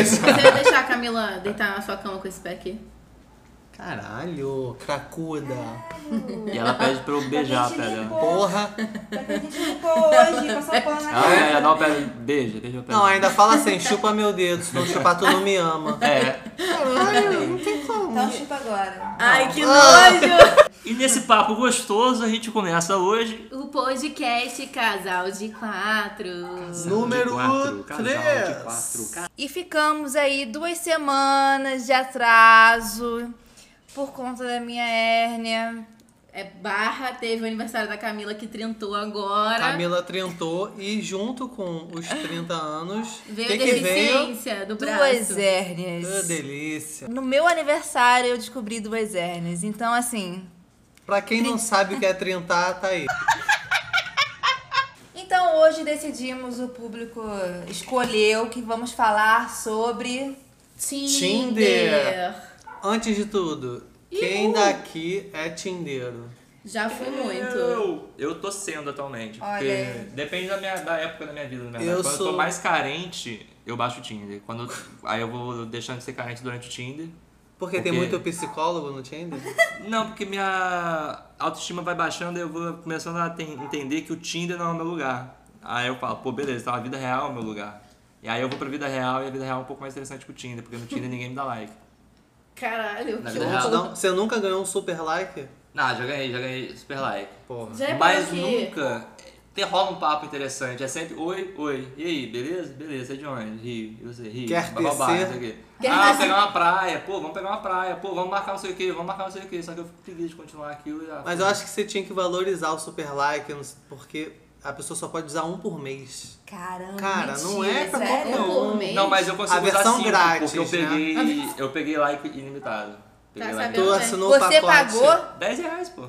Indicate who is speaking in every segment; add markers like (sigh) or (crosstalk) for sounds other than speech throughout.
Speaker 1: Você vai deixar a Camila deitar na sua cama com esse pé aqui?
Speaker 2: Caralho, cracuda.
Speaker 3: E ela pede pra eu beijar a
Speaker 4: Pra gente
Speaker 3: pedra.
Speaker 4: limpar.
Speaker 2: Porra.
Speaker 4: Pra que a gente limpou hoje, passou pano
Speaker 2: Ah,
Speaker 4: na
Speaker 2: é.
Speaker 3: Ela,
Speaker 4: cara.
Speaker 3: ela não pede, beija, deixa eu pegar.
Speaker 2: Não, ainda fala assim, chupa meu dedo, se não chupar tu não me ama.
Speaker 3: É.
Speaker 2: Caralho, não tem como.
Speaker 4: Então chupa agora.
Speaker 5: Ah,
Speaker 1: Ai, que nojo!
Speaker 3: E nesse papo gostoso a gente começa hoje.
Speaker 1: o podcast Casal de Quatro.
Speaker 2: Número
Speaker 3: de quatro, casal de
Speaker 2: 3.
Speaker 3: quatro. Ca-
Speaker 4: E ficamos aí duas semanas de atraso por conta da minha hérnia.
Speaker 1: É barra, teve o aniversário da Camila que trintou agora.
Speaker 2: Camila trintou e junto com os 30 anos, o
Speaker 1: Veio
Speaker 2: que que veio?
Speaker 1: deficiência do braço.
Speaker 5: Duas hérnias.
Speaker 2: Ah, delícia.
Speaker 5: No meu aniversário eu descobri duas hérnias. Então, assim.
Speaker 2: Pra quem não sabe o que é trintar, tá aí.
Speaker 5: Então hoje decidimos, o público escolheu que vamos falar sobre.
Speaker 1: Tinder.
Speaker 2: Antes de tudo, quem daqui é tindeiro?
Speaker 1: Já fui muito.
Speaker 3: Eu, eu tô sendo atualmente.
Speaker 5: Olha
Speaker 3: porque
Speaker 5: aí.
Speaker 3: depende da, minha, da época da minha vida, na verdade.
Speaker 2: Eu
Speaker 3: Quando eu
Speaker 2: sou-
Speaker 3: tô mais carente, eu baixo o Tinder. Quando eu- aí eu vou deixando de ser carente durante o Tinder.
Speaker 2: Porque
Speaker 3: O
Speaker 2: tem
Speaker 3: quê?
Speaker 2: muito psicólogo no Tinder?
Speaker 3: Não, porque minha autoestima vai baixando e eu vou começando a ten- entender que o Tinder não é o meu lugar. Aí eu falo, pô, beleza, então a vida real é o meu lugar. E aí eu vou pra vida real e a vida real é um pouco mais interessante que o Tinder, porque no Tinder ninguém me dá like.
Speaker 1: Caralho,
Speaker 3: Na
Speaker 1: que
Speaker 3: vida
Speaker 1: louco.
Speaker 3: real.
Speaker 2: Não, você nunca ganhou um super like?
Speaker 3: Não, já ganhei, já ganhei super like.
Speaker 2: Porra.
Speaker 1: Já é
Speaker 3: Mas
Speaker 1: que...
Speaker 3: nunca te rola um papo interessante. É sempre, oi, oi, e aí, beleza? Beleza, é de onde? Rio, e você, Rio,
Speaker 2: Quer
Speaker 3: bababá,
Speaker 2: descer?
Speaker 3: não sei o quê.
Speaker 1: Quer
Speaker 3: ah, vamos
Speaker 1: descer?
Speaker 3: pegar uma praia, pô, vamos pegar uma praia, pô, vamos marcar não sei o quê, vamos marcar não sei o quê. Só que eu fico feliz de continuar aquilo e já.
Speaker 2: Mas eu acho que você tinha que valorizar o super like, não sei- porque a pessoa só pode usar um por mês.
Speaker 5: Caramba.
Speaker 2: Cara, não é pra
Speaker 5: sério?
Speaker 2: qualquer
Speaker 1: Um por mês.
Speaker 3: Não, mas eu consigo
Speaker 2: A versão
Speaker 3: usar cinco,
Speaker 2: grátis,
Speaker 3: porque eu
Speaker 2: né?
Speaker 3: peguei, eu peguei like ilimitado. Peguei
Speaker 1: Tá sabendo?
Speaker 3: like
Speaker 2: Tu
Speaker 1: Eu
Speaker 3: ilimitado.
Speaker 1: sei.
Speaker 2: assinou o
Speaker 5: Você
Speaker 2: pacote.
Speaker 5: pagou?
Speaker 3: 10 reais, pô.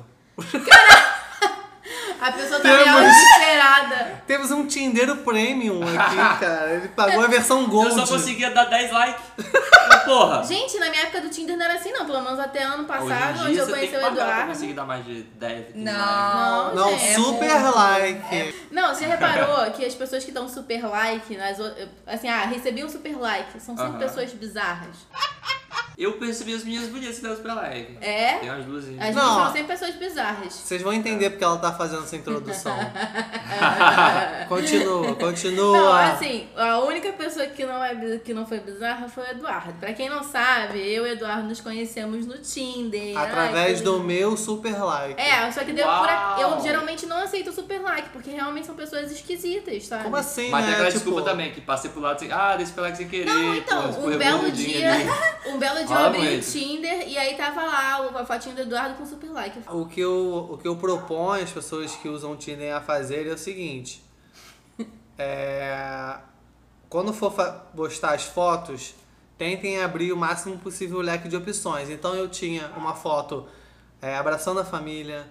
Speaker 1: A pessoa tá
Speaker 2: Temos.
Speaker 1: meio desesperada.
Speaker 2: Temos um Tinder Premium
Speaker 3: (laughs)
Speaker 2: aqui, cara. Ele pagou a versão Gold.
Speaker 3: Eu só conseguia dar 10 like. Porra.
Speaker 1: Gente, na minha época do Tinder não era assim, não. Pelo menos até ano passado,
Speaker 3: Hoje em
Speaker 1: onde
Speaker 3: dia
Speaker 1: eu
Speaker 3: você tem
Speaker 1: conheci
Speaker 3: que
Speaker 1: o
Speaker 3: pagar pra
Speaker 1: Eduardo.
Speaker 3: conseguir dar mais de 10, 15 likes.
Speaker 5: Não.
Speaker 1: Não,
Speaker 2: Não,
Speaker 1: gente.
Speaker 2: super like.
Speaker 1: Não, você reparou que as pessoas que dão super like, nas, o- assim, ah, recebi um super like, são sempre
Speaker 3: Aham.
Speaker 1: pessoas bizarras.
Speaker 3: Eu percebi as minhas bonitas que deram super like.
Speaker 1: É?
Speaker 3: Tem umas duas.
Speaker 1: As
Speaker 2: Não.
Speaker 1: são sempre pessoas
Speaker 3: (laughs)
Speaker 1: bizarras. (laughs)
Speaker 2: Vocês vão entender porque ela tá fazendo essa introdução. continua, continua.
Speaker 1: Não, assim, a única pessoa que não, é, bi- que não foi bizarra foi o Eduardo. Pra quem não sabe, eu e o Eduardo nos conhecemos no Tinder. Ai,
Speaker 2: Através
Speaker 1: que
Speaker 2: do meu super like.
Speaker 1: É, só que deu
Speaker 3: Uau.
Speaker 1: por a- eu geralmente não aceito super like, porque realmente são pessoas esquisitas, sabe?
Speaker 2: Como assim,
Speaker 3: Mas
Speaker 2: né?
Speaker 3: tem aquela
Speaker 2: Tipo,
Speaker 3: desculpa também, que passei pro lado assim, ah, dei super like sem querer.
Speaker 1: Não, então,
Speaker 3: pô, escorregou
Speaker 1: um belo
Speaker 3: o dedinho
Speaker 1: dia,
Speaker 3: ali.
Speaker 1: um belo dia eu
Speaker 3: Fala,
Speaker 1: abri o
Speaker 3: Luiz.
Speaker 1: Tinder e aí tava lá a fotinho do Eduardo com super like.
Speaker 2: O que, eu, o que eu proponho às pessoas que usam Tinder a fazer é o seguinte. É, quando for fa- postar as fotos, tentem abrir o máximo possível o leque de opções. Então eu tinha uma foto é, abraçando a
Speaker 3: (laughs)
Speaker 2: família,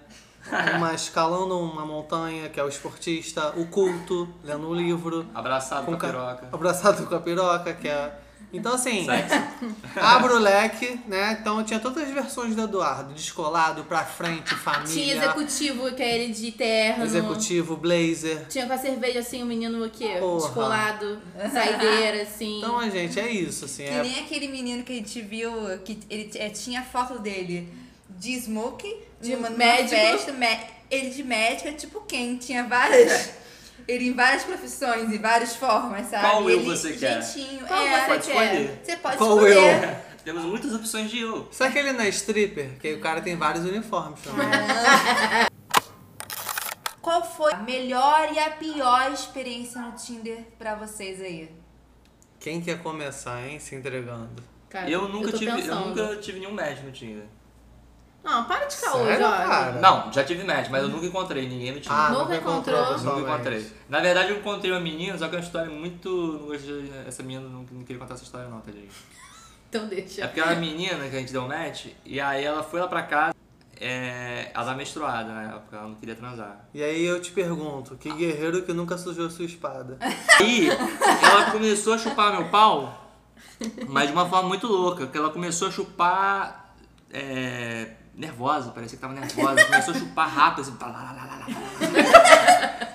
Speaker 2: uma escalando uma montanha, que é o esportista, o culto, lendo um livro.
Speaker 3: Abraçado com a
Speaker 2: ca-
Speaker 3: piroca.
Speaker 2: Abraçado com a piroca, que é. Então assim, (laughs) abre o leque, né? Então eu tinha todas as versões do Eduardo, descolado, pra frente,
Speaker 1: Tinha
Speaker 2: família,
Speaker 1: executivo, que é ele de terno.
Speaker 2: executivo, blazer.
Speaker 1: Tinha com a cerveja assim, o menino o quê?
Speaker 2: Porra.
Speaker 1: Descolado, saideira, assim.
Speaker 5: (laughs)
Speaker 2: Então, a gente, é isso, assim.
Speaker 5: Que
Speaker 2: É...
Speaker 5: nem aquele menino que a gente viu, que ele é, tinha a foto dele de smoke, de
Speaker 1: Um
Speaker 5: uma, numa
Speaker 1: médico.
Speaker 5: festa, mé- ele de médica, tipo quem? Tinha
Speaker 3: (laughs)
Speaker 5: várias. ele em várias profissões, em várias formas, sabe?
Speaker 3: Qual eu
Speaker 5: ele,
Speaker 3: você quer?
Speaker 5: Jeitinho,
Speaker 1: Qual
Speaker 5: é,
Speaker 1: Então, você
Speaker 3: Pode escolher.
Speaker 5: Você pode
Speaker 2: Qual
Speaker 5: escolher.
Speaker 2: eu?
Speaker 3: Temos muitas opções de eu.
Speaker 2: Sabe aquele na é stripper? Que aí o cara tem vários uniformes também.
Speaker 1: É.
Speaker 5: Qual foi a melhor e a pior experiência no Tinder pra vocês aí?
Speaker 2: Quem quer começar, hein? Se entregando.
Speaker 1: Cara,
Speaker 3: Eu nunca,
Speaker 1: tô
Speaker 3: tive, eu
Speaker 1: pensando.
Speaker 3: nunca tive nenhum match no Tinder.
Speaker 1: Não, para de caô,
Speaker 2: Sério,
Speaker 1: Jorge.
Speaker 2: cara?
Speaker 3: Não, já tive match, mas eu nunca encontrei ninguém no Tinder.
Speaker 2: Ah,
Speaker 1: Nunca encontrou.
Speaker 3: Nunca
Speaker 2: pessoalmente.
Speaker 3: encontrei. Na verdade, eu encontrei uma menina, só que é uma história muito. Não gostei- Essa menina não, não queria contar essa história, não, tadinho.
Speaker 1: Então
Speaker 3: É
Speaker 1: deixa.
Speaker 3: porque era uma menina que a gente deu um match, e aí ela foi lá pra casa, é, ela tava menstruada na época, ela não queria transar.
Speaker 2: E aí eu te pergunto, que guerreiro que nunca sujou sua espada?
Speaker 3: Aí ela começou a chupar meu pau, mas de uma forma muito louca, que ela começou a chupar. é, nervosa, parecia que tava nervosa, começou a chupar rápido, assim. blá, blá, blá, blá, blá.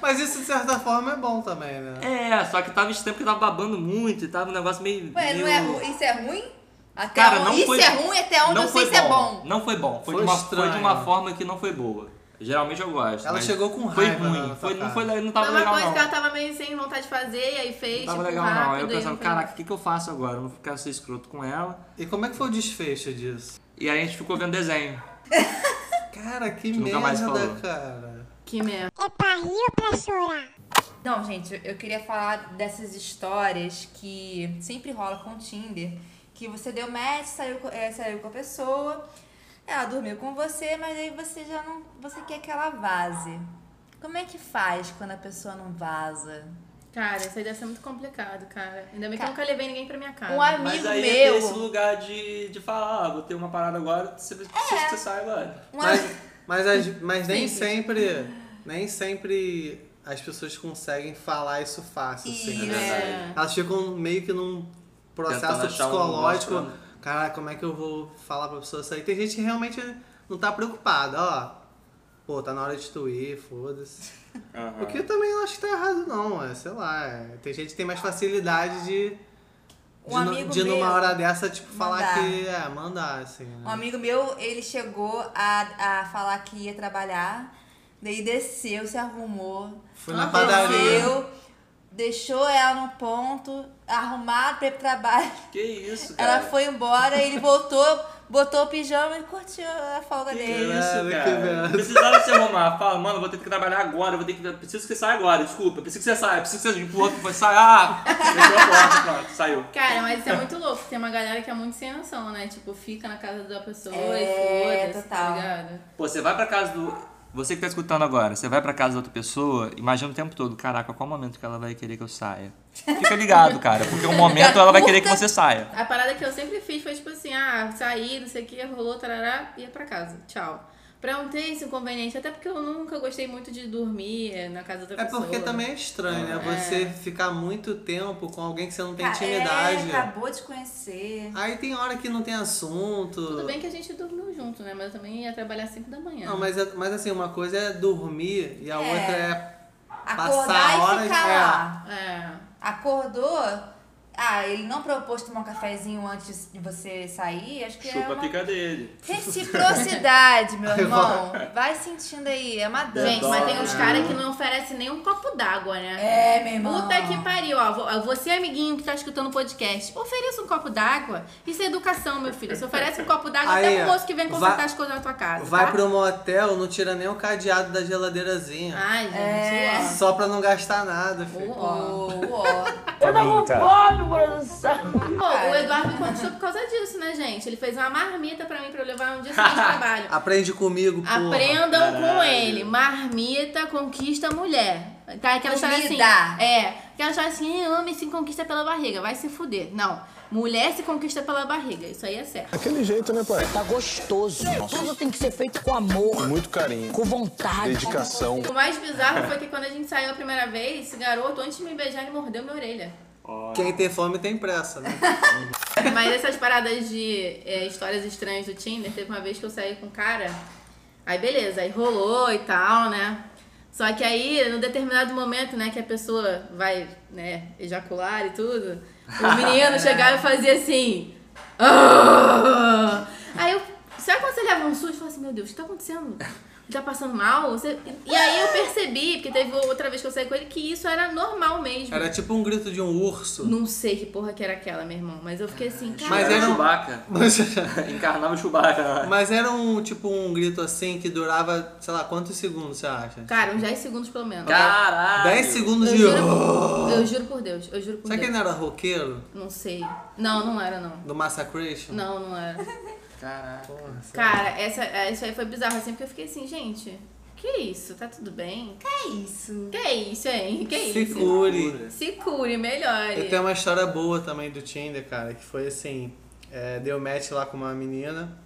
Speaker 2: Mas isso, de certa forma, é bom também, né?
Speaker 3: É, só que tava estranho porque tava babando muito e tava um negócio meio.
Speaker 5: Ué, não
Speaker 3: meio-
Speaker 5: é ru... isso é ruim? Até
Speaker 3: Cara,
Speaker 5: onde-
Speaker 3: não
Speaker 5: isso
Speaker 3: foi-
Speaker 5: é ruim até onde
Speaker 3: não
Speaker 5: eu
Speaker 3: foi
Speaker 5: sei se é bom.
Speaker 3: Não foi bom. Foi,
Speaker 2: Foi
Speaker 3: de uma, foi de
Speaker 2: estranho.
Speaker 3: uma forma que não foi boa. Geralmente eu gosto.
Speaker 2: Ela
Speaker 3: mas
Speaker 2: chegou com
Speaker 3: Foi
Speaker 2: raiva na
Speaker 3: ruim.
Speaker 2: tua
Speaker 3: Foi, não,
Speaker 2: cara.
Speaker 3: foi, le- não
Speaker 1: Foi
Speaker 3: tava
Speaker 1: uma
Speaker 3: legal,
Speaker 1: coisa
Speaker 3: não.
Speaker 1: que ela tava meio sem vontade de fazer, e aí fez,
Speaker 3: Não tava
Speaker 1: tipo,
Speaker 3: legal,
Speaker 1: rápido.
Speaker 3: não. Aí eu
Speaker 1: e
Speaker 3: pensando,
Speaker 1: foi-
Speaker 3: caraca, o que, que eu faço agora? Eu não vou ficar ser escroto com ela.
Speaker 2: E como é que foi o desfecho disso?
Speaker 3: E aí a gente ficou vendo desenho.
Speaker 2: Cara, que
Speaker 3: gente
Speaker 2: merda,
Speaker 3: nunca mais falou.
Speaker 2: cara.
Speaker 1: Que merda.
Speaker 6: É pra rir ou pra chorar?
Speaker 5: Não, gente, eu- eu queria falar dessas histórias que sempre rola com o Tinder. Que você deu match, saiu, co- eh, saiu com a pessoa, ela dormiu com você, mas aí você já não. Você quer que ela vaze. Como é que faz quando a pessoa não vaza?
Speaker 1: Cara, isso aí deve ser muito complicado, cara. Ainda bem que eu
Speaker 4: Cara,
Speaker 1: nunca levei ninguém pra minha casa.
Speaker 4: Um amigo
Speaker 3: Mas aí é ter esse
Speaker 4: meu.
Speaker 3: lugar de, de falar, ah, vou ter uma parada agora, você precisa que você saia agora.
Speaker 5: Um
Speaker 2: Mas,
Speaker 5: ami-
Speaker 2: mas, as- mas nem sempre. Nem sempre as pessoas conseguem falar isso fácil, assim.
Speaker 5: Isso.
Speaker 2: né?
Speaker 1: É.
Speaker 2: Elas ficam meio que num processo
Speaker 3: Tentando achar um
Speaker 2: psicológico.
Speaker 3: negócio
Speaker 2: Cara, como é que eu vou falar pra pessoa sair? Tem gente que realmente não tá preocupada, ó. Pô, tá na hora de tu ir, foda-se.
Speaker 3: Ah,
Speaker 2: O que eu também não acho que tá errado, não. É, sei lá. é, tem gente que tem mais facilidade de.
Speaker 5: Um
Speaker 2: de, nu-
Speaker 5: amigo
Speaker 2: de
Speaker 5: meu-
Speaker 2: numa hora dessa, tipo, falar
Speaker 5: Mandar.
Speaker 2: que. É, mandar, assim. né?
Speaker 5: Um amigo meu, ele chegou a, a falar que ia trabalhar, daí desceu, se arrumou,
Speaker 2: Fui na
Speaker 1: Ah,
Speaker 2: padaria.
Speaker 5: desceu, deixou ela no ponto, arrumado pra ir pro trabalho.
Speaker 3: Que isso, cara.
Speaker 5: Ela foi embora, ele voltou, botou o pijama e curtiu a folga
Speaker 3: Que
Speaker 5: dele.
Speaker 3: isso,
Speaker 2: merda,
Speaker 3: cara.
Speaker 2: que merda.
Speaker 3: Precisava se arrumar. Fala, mano, vou ter que trabalhar agora, vou ter que. Preciso que você saia agora, desculpa. Preciso que você saia, preciso que você empurrou, foi sair. Ah! Fechou a porta, pronto, saiu.
Speaker 1: Cara, mas isso é muito louco. Tem uma galera que é muito sem noção, né? Tipo, fica na casa da pessoa e
Speaker 5: É,
Speaker 1: foda-se, tá
Speaker 5: total.
Speaker 1: ligado?
Speaker 3: Pô, você vai pra casa do. Você que tá escutando agora, você vai pra casa da outra pessoa, imagina o tempo todo, caraca, qual momento que ela vai querer que eu saia? Fica ligado, cara, porque um momento ela vai querer que você saia.
Speaker 1: A parada que eu sempre fiz foi tipo assim, ah, saí, não sei o que, rolou, tarará, ia pra casa, tchau. Pra não ter esse inconveniente, até porque eu nunca gostei muito de dormir eh, na casa da
Speaker 2: É
Speaker 1: pessoa. É.
Speaker 2: porque também é estranho, né? Você ficar muito tempo com alguém que você não tem
Speaker 5: Ah,
Speaker 2: intimidade.
Speaker 5: É,
Speaker 1: tá
Speaker 5: acabou de conhecer.
Speaker 2: Aí tem hora que não tem assunto.
Speaker 1: Tudo bem né? que a gente dormiu junto, né? Mas eu também ia trabalhar às 5 da manhã.
Speaker 2: Não, mas, é- mas assim, uma coisa é dormir e a
Speaker 5: É.
Speaker 2: outra é. Passar
Speaker 5: Acordar
Speaker 2: horas-
Speaker 5: e ficar
Speaker 2: é.
Speaker 5: lá.
Speaker 1: É.
Speaker 5: Acordou, ah, ele não propôs tomar um cafezinho antes de você sair, acho que é
Speaker 3: Chupa a
Speaker 5: uma
Speaker 3: pica dele.
Speaker 4: Reciprocidade, meu irmão. Vai sentindo aí, é madame.
Speaker 1: Gente,
Speaker 3: Adoro.
Speaker 1: mas tem uns caras que não oferecem nem um copo d'água, né?
Speaker 5: É, meu irmão.
Speaker 1: Puta que pariu, ó. vo- Você, amiguinho que tá escutando o podcast, ofereça um copo d'água. Isso é educação, meu filho. Você oferece um copo d'água
Speaker 2: Aí,
Speaker 1: até pro moço que vem consertar
Speaker 2: vai-
Speaker 1: as coisas na tua casa.
Speaker 2: Vai
Speaker 1: tá?
Speaker 2: pro motel, não tira nem o cadeado da geladeirazinha.
Speaker 1: Ai, gente,
Speaker 5: É.
Speaker 1: ó.
Speaker 2: Só pra não gastar nada, filho.
Speaker 1: Ó.
Speaker 5: Uó,
Speaker 1: Pô, o Eduardo me conquistou por causa disso, né, gente? Ele fez uma marmita pra mim pra eu levar um dia seguinte de trabalho.
Speaker 2: Aprende comigo, porra.
Speaker 1: Aprendam com
Speaker 3: caralho.
Speaker 1: ele. Marmita conquista mulher. Tá, aquela história assim.
Speaker 5: Comida.
Speaker 1: É. Aquela história assim, "Ah, homem se conquista pela barriga. Vai se fuder. Não. Mulher se conquista pela barriga. Isso aí é certo.
Speaker 7: Aquele jeito, né, pai?
Speaker 8: Tá gostoso. Tudo tem que ser feito com amor,
Speaker 7: Muito carinho,
Speaker 8: com vontade.
Speaker 7: dedicação.
Speaker 1: O mais bizarro foi que quando a gente saiu a primeira vez, esse garoto, antes de me beijar, ele mordeu minha orelha.
Speaker 2: Quem tem fome tem pressa, né?
Speaker 1: (laughs) Mas essas paradas de é, histórias estranhas do Tinder, teve uma vez que eu saí com um cara, aí beleza, aí rolou e tal, né? Só que aí, num determinado momento, né, que a pessoa vai, né, ejacular e tudo, o
Speaker 2: (laughs)
Speaker 1: menino chegava e fazia assim. "Ah!" Aí eu. Sabe quando você leva um susto e fala assim, meu Deus, o que tá acontecendo? Ele Tá passando mal? Você- E aí eu percebi, porque teve outra vez que eu saí com ele, que isso era normal mesmo.
Speaker 2: Era tipo um grito de um urso.
Speaker 1: Não sei que porra que era aquela, meu irmão, mas eu fiquei assim, cara.
Speaker 2: Mas
Speaker 3: Era
Speaker 2: era um- (laughs)
Speaker 3: Chewbacca. (laughs)
Speaker 2: Mas,
Speaker 3: Encarnava o Chewbacca.
Speaker 2: mas era um tipo um grito assim que durava, sei lá, quantos segundos você acha?
Speaker 1: Cara, uns 10 segundos pelo menos.
Speaker 3: Caralho.
Speaker 2: 10 segundos
Speaker 1: Eu
Speaker 2: de.
Speaker 1: juro, eu juro por Deus, eu juro por
Speaker 2: Será que
Speaker 1: Deus.
Speaker 2: ele não era roqueiro?
Speaker 1: Não sei. Não, não era, não.
Speaker 2: Do Massacration?
Speaker 1: Não, não era.
Speaker 3: Caraca.
Speaker 1: Cara, essa, é, isso aí foi bizarro, assim, porque eu fiquei assim, gente, que isso? Tá tudo bem?
Speaker 5: é isso.
Speaker 1: Que isso, hein? Que é
Speaker 2: Se
Speaker 1: isso?
Speaker 2: cure.
Speaker 1: Se cure, melhore.
Speaker 2: Eu tenho uma história boa também do Tinder, cara, que foi assim, é, deu match lá com uma menina.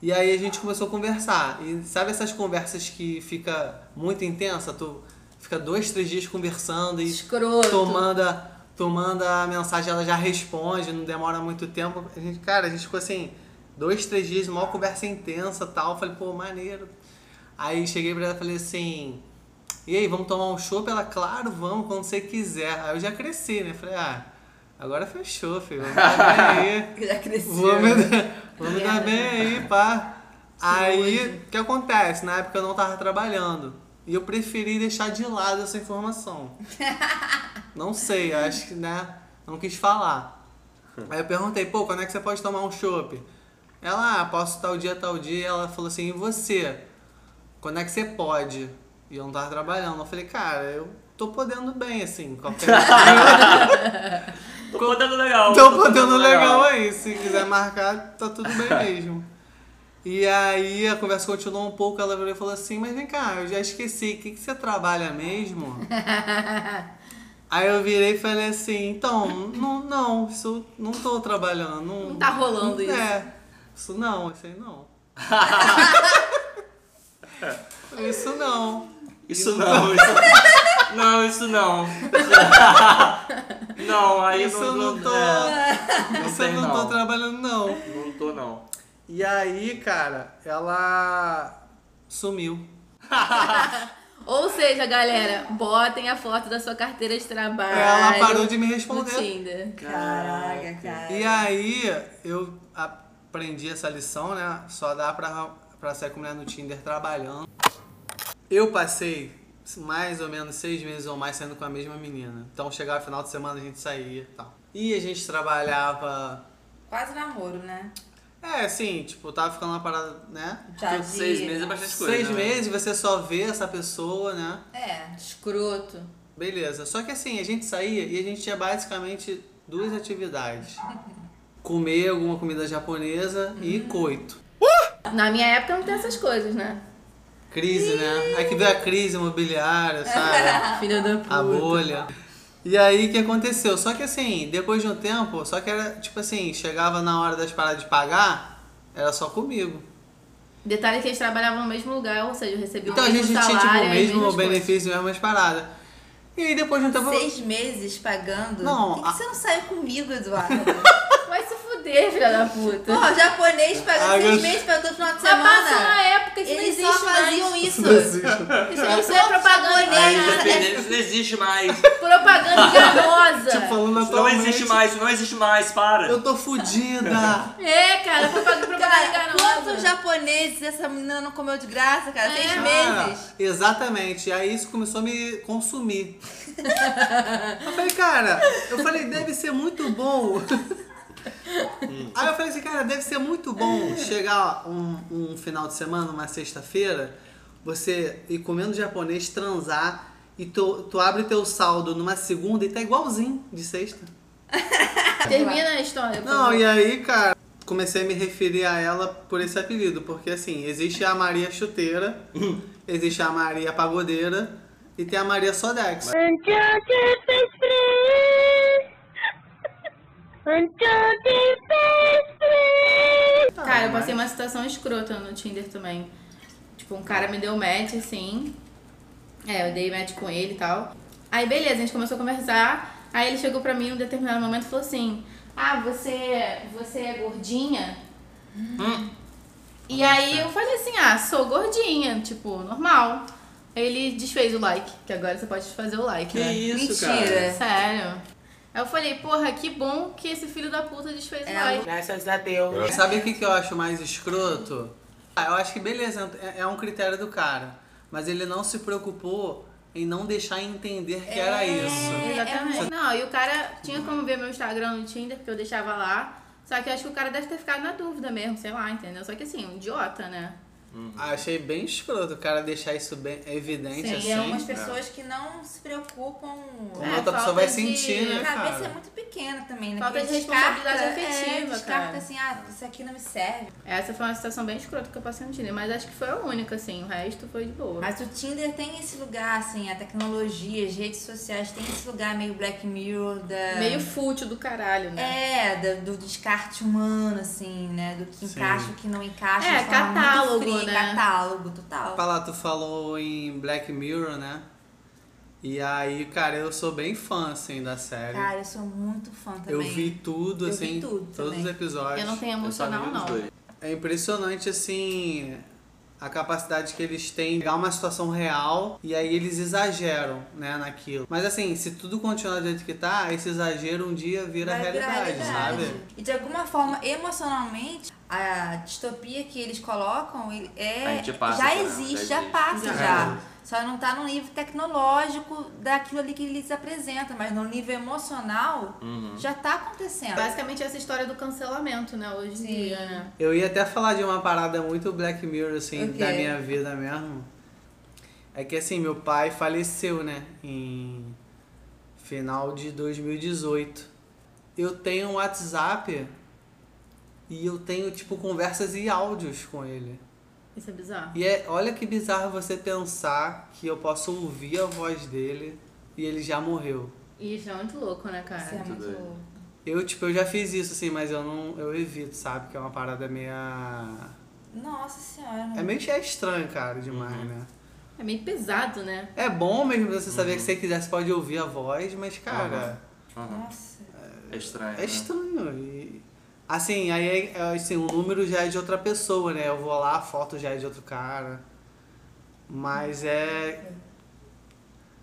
Speaker 2: E aí a gente começou a conversar. E sabe essas conversas que fica muito intensa? Tu fica dois, três dias conversando e
Speaker 1: Escroto.
Speaker 2: um tomando a, tomando a mensagem, ela já responde, não demora muito tempo. A gente, cara, a gente ficou assim, dois, três dias, uma conversa intensa e tal. Eu Falei, pô, maneiro. Aí cheguei pra ela e falei assim. E aí, vamos tomar um chopp? Ela, claro, vamos, quando você quiser. Aí eu já cresci, né? Falei, ah, agora fechou, filho. Vamos dar bem aí.
Speaker 5: (laughs) Já cresceu.
Speaker 2: Vou me, dar- vou me dar bem aí, pá. Aí, o que acontece? Na época eu não tava trabalhando. E eu preferi deixar de lado essa informação. Não sei, acho que, né? Não quis falar. Aí eu perguntei, pô, quando é que você pode tomar um chopp? Ela, ah, posso tal dia, tal dia. Ela falou assim, e você? Quando é que você pode? E eu não tava trabalhando. Eu falei, cara, eu tô podendo bem, assim, qualquer
Speaker 3: Tô podendo legal.
Speaker 2: Tô botando Então, legal aí, se quiser marcar, tá tudo
Speaker 3: (laughs)
Speaker 2: bem mesmo. E aí a conversa continuou um pouco, ela virou e falou assim, mas vem cá, eu já esqueci, o que, que você trabalha
Speaker 3: (laughs)
Speaker 2: mesmo? aí eu virei e falei assim, então, não, não, isso não tô trabalhando. Não,
Speaker 1: Não tá rolando
Speaker 2: não-
Speaker 1: isso.
Speaker 2: É, isso não, isso aí
Speaker 3: (laughs)
Speaker 2: não. isso não.
Speaker 3: Isso não, isso não. Isso não, não. aí
Speaker 2: Isso
Speaker 3: não,
Speaker 2: eu não tô.
Speaker 3: é, não
Speaker 2: Isso eu
Speaker 3: tem,
Speaker 2: não tô
Speaker 3: não.
Speaker 2: trabalhando não.
Speaker 3: não tô, não.
Speaker 2: E aí, cara, ela sumiu.
Speaker 1: Ou seja, galera, botem a foto da sua carteira de trabalho.
Speaker 2: Ela parou de me
Speaker 1: no
Speaker 2: responder.
Speaker 1: Tinder.
Speaker 5: Caraca, cara.
Speaker 2: E aí, eu aprendi essa lição, né? Só dá pra, pra sair com mulher no Tinder trabalhando. Eu passei mais ou menos seis meses ou mais saindo com a mesma menina. Então chegava final de semana, a gente saía e tal. E a gente trabalhava.
Speaker 5: Quase namoro, né?
Speaker 2: É, assim, tipo, tava ficando uma parada, né?
Speaker 5: Já de...
Speaker 3: Seis meses é bastante coisa.
Speaker 2: Seis
Speaker 3: né?
Speaker 2: meses você só vê essa pessoa, né?
Speaker 5: É.
Speaker 1: Escroto.
Speaker 2: Beleza. Só que assim, a gente saía e a gente tinha basicamente duas
Speaker 1: (laughs)
Speaker 2: atividades. Comer alguma comida japonesa e
Speaker 1: Hum.
Speaker 2: coito.
Speaker 1: Na minha época não tem essas coisas, né?
Speaker 2: Crise, né? Aí que veio a crise imobiliária, sabe?
Speaker 1: Filha da puta.
Speaker 2: A bolha. E aí o que aconteceu? Só que assim, depois de um tempo, só que era tipo assim, chegava na hora das paradas de pagar, era só comigo.
Speaker 1: Detalhe que eles trabalhavam no mesmo lugar, ou seja, eu recebi
Speaker 2: Então
Speaker 1: o
Speaker 2: a
Speaker 1: mesmo
Speaker 2: gente tinha
Speaker 1: um salário, é
Speaker 2: tipo o
Speaker 1: as
Speaker 2: mesmo
Speaker 1: mesmas
Speaker 2: benefício, as mesmas paradas. E aí depois de um tempo.
Speaker 5: Seis meses pagando?
Speaker 2: Não,
Speaker 5: Por que, que
Speaker 2: a-
Speaker 5: você não saiu
Speaker 2: (laughs)
Speaker 5: comigo, Eduardo?
Speaker 1: coisas. (laughs) Vai se fuder, filha da puta.
Speaker 5: Porra, japonês pagando
Speaker 2: Ah,
Speaker 5: seis
Speaker 2: eu-
Speaker 5: meses pagando todo final de
Speaker 1: Mas passa
Speaker 5: semana.
Speaker 1: na época, isso
Speaker 5: Eles
Speaker 1: não
Speaker 5: só
Speaker 1: existe
Speaker 5: faziam
Speaker 2: (laughs)
Speaker 1: mais.
Speaker 5: isso.
Speaker 1: Isso, isso é propaganda
Speaker 3: Aí,
Speaker 1: enganosa.
Speaker 3: independente, isso é. não existe (laughs) mais.
Speaker 1: Propaganda
Speaker 2: (laughs)
Speaker 1: enganosa.
Speaker 2: Tipo, falando
Speaker 3: Isso não
Speaker 2: atualmente,
Speaker 3: existe mais, isso não existe mais, para.
Speaker 2: Eu tô fudida!
Speaker 1: É, cara, propaganda, propaganda
Speaker 5: Cara,
Speaker 1: enganosa.
Speaker 5: quantos japoneses essa menina não comeu de graça, cara? Seis
Speaker 2: Ah, Cara,
Speaker 5: meses.
Speaker 2: Exatamente. Aí isso começou a me consumir. eu falei, cara, eu falei, deve ser muito bom. Aí eu falei assim, cara, deve ser muito bom chegar um, um final de semana, uma sexta-feira, você ir comendo japonês, transar, e tu, tu abre teu saldo numa segunda e tá igualzinho de sexta.
Speaker 1: Termina a história. por
Speaker 2: Não,
Speaker 1: favor.
Speaker 2: e aí, cara, comecei a me referir a ela por esse apelido, porque assim, existe a Maria Chuteira,
Speaker 8: (laughs)
Speaker 2: existe a Maria Pagodeira e tem a Maria Sodex.
Speaker 6: Until deep space please. Until deep space please.
Speaker 3: Ah,
Speaker 1: Cara, Tá, eu passei uma situação escrota no Tinder também. Tipo, um cara me deu match, assim. É, eu dei match com ele e tal. Aí, beleza, a gente começou a conversar. Aí ele chegou pra mim em um determinado momento e falou assim: Ah, você, você é gordinha? E aí eu falei assim: Ah, sou gordinha, tipo, normal. Aí ele desfez o like, que agora você pode fazer o like,
Speaker 3: Que
Speaker 1: né?
Speaker 3: isso,
Speaker 5: Mentira.
Speaker 3: cara.
Speaker 1: Sério. Aí eu falei: Porra, que bom que esse filho da puta desfez o like.
Speaker 8: Graças a Deus.
Speaker 2: Sabe o que, que eu acho mais escroto? Ah, eu acho que beleza, é, é um critério do cara, mas ele não se preocupou em não deixar entender que era
Speaker 1: É.
Speaker 2: isso.
Speaker 1: Exatamente. Não, e o cara tinha como ver meu Instagram no Tinder, porque eu deixava lá. Só que eu acho que o cara deve ter ficado na dúvida mesmo, sei lá, entendeu? Só que assim, um idiota, né?
Speaker 2: Ah, Achei bem escroto o cara deixar isso bem evidente
Speaker 5: E
Speaker 2: assim.
Speaker 5: algumas pessoas que não se preocupam.
Speaker 2: Como
Speaker 1: É,
Speaker 2: outra
Speaker 1: falta
Speaker 2: pessoa vai
Speaker 1: de-
Speaker 2: sentir, né,
Speaker 5: A cabeça é
Speaker 2: cara?
Speaker 5: muito pequena também, né?
Speaker 1: Falta
Speaker 5: Porque
Speaker 1: de
Speaker 5: descarta-
Speaker 1: responsabilidade
Speaker 5: é,
Speaker 1: afetiva,
Speaker 5: descarta
Speaker 1: cara.
Speaker 5: assim, ah, isso aqui não me serve.
Speaker 1: Essa foi uma situação bem escrota que eu passei no Tinder, mas acho que foi a única, assim. O resto foi de boa.
Speaker 5: Mas o Tinder tem esse lugar, assim, a tecnologia, as redes sociais tem esse lugar meio Black Mirror da.
Speaker 1: Meio fútil do caralho, né?
Speaker 5: É, da- do, descarte humano, assim, né? Do
Speaker 2: Sim.
Speaker 5: que encaixa, o que não encaixa.
Speaker 1: É,
Speaker 5: de forma muito
Speaker 1: catálogo,
Speaker 5: fria,
Speaker 1: né?
Speaker 5: Catálogo, total.
Speaker 2: Fala, tu falou em Black Mirror, né? E aí, cara, eu sou bem fã, assim, da série.
Speaker 5: Cara, eu sou muito fã Ah, também.
Speaker 2: eu vi tudo,
Speaker 5: Eu vi
Speaker 2: assim,
Speaker 5: tudo
Speaker 2: todos
Speaker 5: também.
Speaker 2: os episódios.
Speaker 1: Eu não tenho
Speaker 3: Eu só vi
Speaker 1: emocional,
Speaker 3: os
Speaker 1: não.
Speaker 3: dois.
Speaker 2: É impressionante, assim, a capacidade que eles têm de pegar uma situação real e aí eles exageram, né, naquilo. Mas assim, se tudo continuar do jeito que tá, esse exagero um dia vira
Speaker 5: Vai virar
Speaker 2: realidade,
Speaker 5: realidade.
Speaker 2: sabe?
Speaker 5: E de alguma forma, emocionalmente, a distopia que eles colocam ele
Speaker 3: A
Speaker 5: é,
Speaker 3: gente passa
Speaker 5: já
Speaker 3: por ela, já
Speaker 5: existe, já,
Speaker 3: existe.
Speaker 5: passa
Speaker 1: Já.
Speaker 5: já. Só não tá no nível tecnológico daquilo ali que eles apresentam, mas no nível emocional
Speaker 3: Uhum.
Speaker 5: já tá acontecendo.
Speaker 1: Basicamente essa história do cancelamento, né? Hoje em
Speaker 5: Sim.
Speaker 1: dia, né?
Speaker 2: Eu ia até falar de uma parada muito Black Mirror, assim,
Speaker 5: O quê?
Speaker 2: da minha vida mesmo. É que assim, meu pai faleceu, né? Em final de 2018. Eu tenho um WhatsApp e eu tenho, tipo, conversas e áudios com ele.
Speaker 1: Isso é bizarro.
Speaker 2: E é, olha que bizarro você pensar que eu posso ouvir a voz dele e ele já morreu.
Speaker 1: E isso é muito louco, né, cara?
Speaker 5: Isso é muito
Speaker 3: doido.
Speaker 5: louco.
Speaker 2: Eu, tipo, eu já fiz isso, assim, mas eu não. Eu evito, sabe? Que é uma parada meia.
Speaker 5: Nossa senhora.
Speaker 2: É meio é estranho, cara, demais, né?
Speaker 1: É meio pesado, né?
Speaker 2: É bom mesmo você saber que você quiser, você pode ouvir a voz, mas, cara,
Speaker 5: Nossa.
Speaker 3: É estranho.
Speaker 2: é estranho. E, assim, aí é- é, assim, o número já é de outra pessoa, né? Eu vou lá, a foto já é de outro cara. Mas é.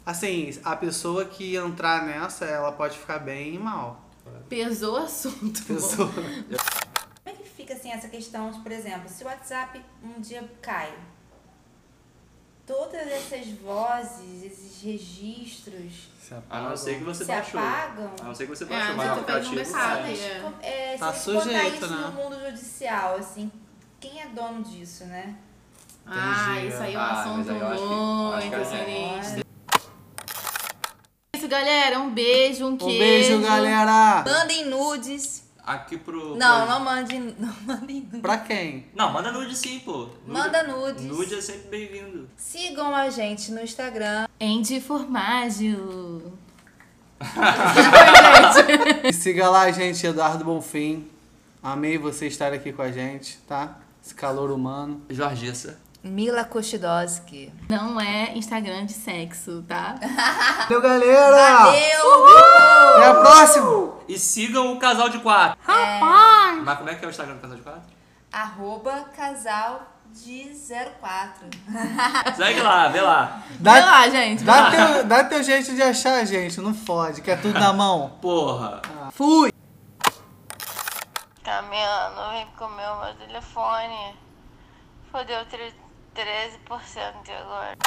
Speaker 2: Assim, a pessoa que entrar nessa, ela pode ficar bem e mal.
Speaker 1: Pesou o assunto.
Speaker 2: Pessoa.
Speaker 5: Como é que fica assim essa questão, de, por exemplo, se o WhatsApp um dia cai? Todas essas vozes, esses registros
Speaker 2: Se apaga.
Speaker 3: A não ser que você
Speaker 5: se
Speaker 3: baixou. Ah,
Speaker 5: apagam?
Speaker 3: A não ser que você
Speaker 1: É, mas
Speaker 3: baixou mais
Speaker 1: eu tô fazendo
Speaker 3: aplicativo.
Speaker 1: mercado,
Speaker 3: né?
Speaker 1: hein?
Speaker 5: Mas,
Speaker 1: é.
Speaker 5: com- é,
Speaker 2: Tá
Speaker 5: se a gente botar
Speaker 2: sujeito,
Speaker 5: isso
Speaker 2: né?
Speaker 5: no mundo judicial, assim, quem é dono disso, né?
Speaker 1: Ah,
Speaker 2: Entendi.
Speaker 1: isso aí é um
Speaker 3: Ah, mas
Speaker 1: assunto
Speaker 3: aí eu acho que- acho
Speaker 1: muito
Speaker 3: que é.
Speaker 1: sinistro. É isso, galera. Um beijo, um
Speaker 2: Um
Speaker 1: queijo.
Speaker 2: beijo, galera!
Speaker 4: Mandem nudes.
Speaker 3: Aqui pro.
Speaker 4: Não,
Speaker 3: pro-
Speaker 4: não mandem, (laughs) não mandem nudes.
Speaker 2: Pra quem?
Speaker 3: Não, manda nude sim, pô. Nude-
Speaker 4: Manda nudes.
Speaker 3: Nude é sempre bem-vindo.
Speaker 4: Sigam a gente no Instagram.
Speaker 1: Andy Formaggio.
Speaker 2: E siga lá, gente, Eduardo Bonfim. Amei você estar aqui com a gente, tá? Esse calor humano.
Speaker 3: Jorgissa.
Speaker 4: Mila Kostidoski.
Speaker 1: Não é Instagram de sexo, (laughs) tá?
Speaker 2: Valeu, galera!
Speaker 4: Valeu!
Speaker 2: Até É a próxima!
Speaker 3: E sigam o casal de quatro. Rapaz! Mas como é que é o Instagram do casal de quatro?
Speaker 5: Arroba casal de (laughs) 04.
Speaker 3: Segue lá, vê lá.
Speaker 1: Vai
Speaker 2: Dá,
Speaker 1: lá, gente.
Speaker 2: dá, teu, dá teu jeito de achar, gente. Não fode, que é tudo na mão.
Speaker 3: Porra.
Speaker 2: Fui!
Speaker 6: Camila, não vem comer o meu telefone. Fodeu 13% agora.